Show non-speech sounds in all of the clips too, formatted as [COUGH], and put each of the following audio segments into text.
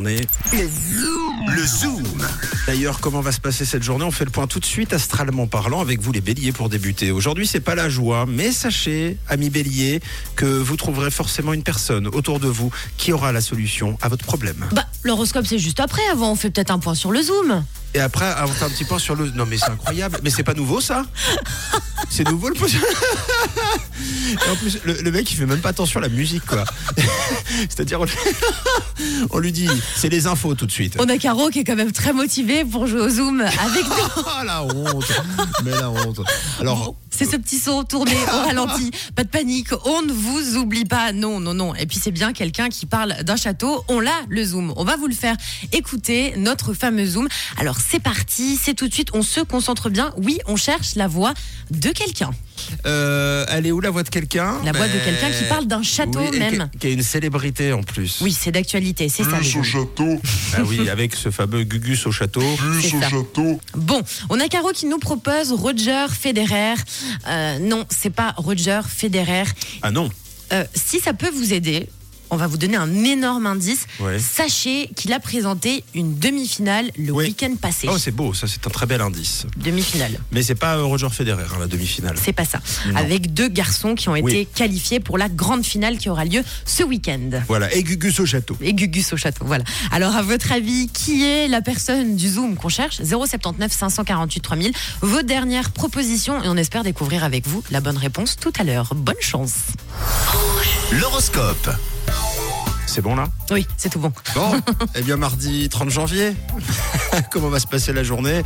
journée. Le Zoom. D'ailleurs, comment va se passer cette journée On fait le point tout de suite, astralement parlant, avec vous les béliers pour débuter. Aujourd'hui, c'est pas la joie, mais sachez, amis béliers, que vous trouverez forcément une personne autour de vous qui aura la solution à votre problème. Bah, l'horoscope, c'est juste après. Avant, on fait peut-être un point sur le Zoom. Et après, on fait un petit point sur le. Non, mais c'est incroyable. Mais c'est pas nouveau, ça C'est nouveau le. [LAUGHS] Et en plus, le, le mec, il fait même pas attention à la musique, quoi. [LAUGHS] C'est-à-dire, on, lui- on lui [LAUGHS] dit, c'est les infos tout de suite. On a Caro qui est quand même très motivée pour jouer au Zoom avec nous. [LAUGHS] [LAUGHS] Ah, la honte Mais la honte Alors, C'est ce petit son tourné au ralenti. Pas de panique, on ne vous oublie pas. Non, non, non. Et puis c'est bien quelqu'un qui parle d'un château. On l'a, le Zoom. On va vous le faire écouter, notre fameux Zoom. Alors c'est parti, c'est tout de suite. On se concentre bien. Oui, on cherche la voix de quelqu'un. euh, elle est où la voix de quelqu'un La voix de Mais- quelqu'un qui parle d'un château Oui, et même. Qui qui est une célébrité en plus. Oui, c'est d'actualité, c'est ça. les Plus Zooms. au château, Ah oui, avec ce fameux Gugus au château. plus C'est au ça. château. Bon, on a Caro qui nous propose Roger Federer. Euh, non, c'est pas Roger Federer. Ah non Euh, si ça peut vous aider, on va vous donner un énorme indice. Ouais. Sachez qu'il a présenté une demi-finale le Oui. week-end passé. Oh, c'est beau, ça c'est un très bel indice. demi-finale, Mais c'est pas euh, Roger Federer, hein, la demi-finale. c'est pas ça. Non. Avec deux garçons qui ont été Oui. qualifiés pour la grande finale qui aura lieu ce week-end. Voilà, et Gugus au château. Et Gugus au château, voilà. Alors, à votre avis, qui est la personne du Zoom qu'on cherche 079 548 3000. Vos dernières propositions et on espère découvrir avec vous la bonne réponse tout à l'heure. Bonne chance. L'horoscope. C'est bon là Oui, c'est tout bon. Bon, [LAUGHS] eh bien mardi 30 janvier, [LAUGHS] comment va se passer la journée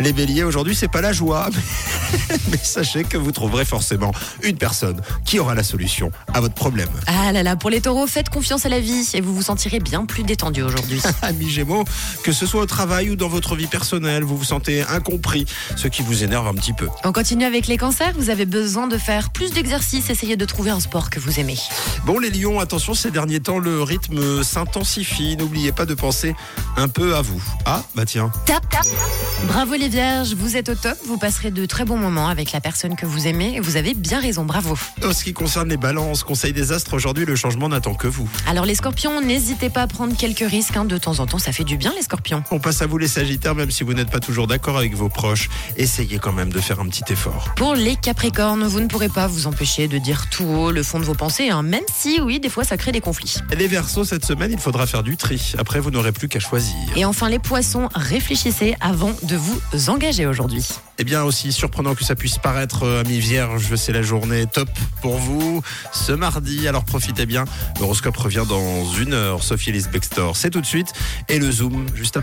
Les béliers, aujourd'hui, c'est pas la joie. [LAUGHS] Mais sachez que vous trouverez forcément une personne qui aura la solution à votre problème. [LAUGHS] Ah là là, pour les taureaux, faites confiance à la vie et vous vous sentirez bien plus détendu aujourd'hui. Amis Gémeaux, que ce soit au travail ou dans votre vie personnelle, vous vous sentez incompris, ce qui vous énerve un petit peu. On continue avec les cancers, vous avez besoin de faire plus d'exercices, essayez de trouver un sport que vous aimez. Bon, les lions, attention, ces derniers temps, le rythme s'intensifie. N'oubliez pas de penser un peu à vous. Ah, bah tiens. Tap tap Bravo les vierges, vous êtes au top, vous passerez de très bons moments avec la personne que vous aimez et vous avez bien raison, bravo. En ce qui concerne les balances, conseil des astres, aujourd'hui, le changement n'attend que vous. Alors les scorpions, n'hésitez pas à prendre quelques risques, hein, de temps en temps ça fait du bien les scorpions. On passe à vous les Sagittaires, même si vous n'êtes pas toujours d'accord avec vos proches, essayez quand même de faire un petit effort. Pour les capricornes, vous ne pourrez pas vous empêcher de dire tout haut le fond de vos pensées, hein, même si oui, des fois ça crée des conflits. Les Verseaux, cette semaine, il faudra faire du tri. Après, vous n'aurez plus qu'à choisir. Et enfin les poissons, réfléchissez avant de vous engager aujourd'hui. Eh bien, aussi surprenant que ça puisse paraître, euh, amis vierges, c'est la journée top pour vous ce mardi. Alors profitez bien. L'horoscope revient dans une heure. Sophie Elise Bextor, c'est tout de suite. Et le Zoom, juste après.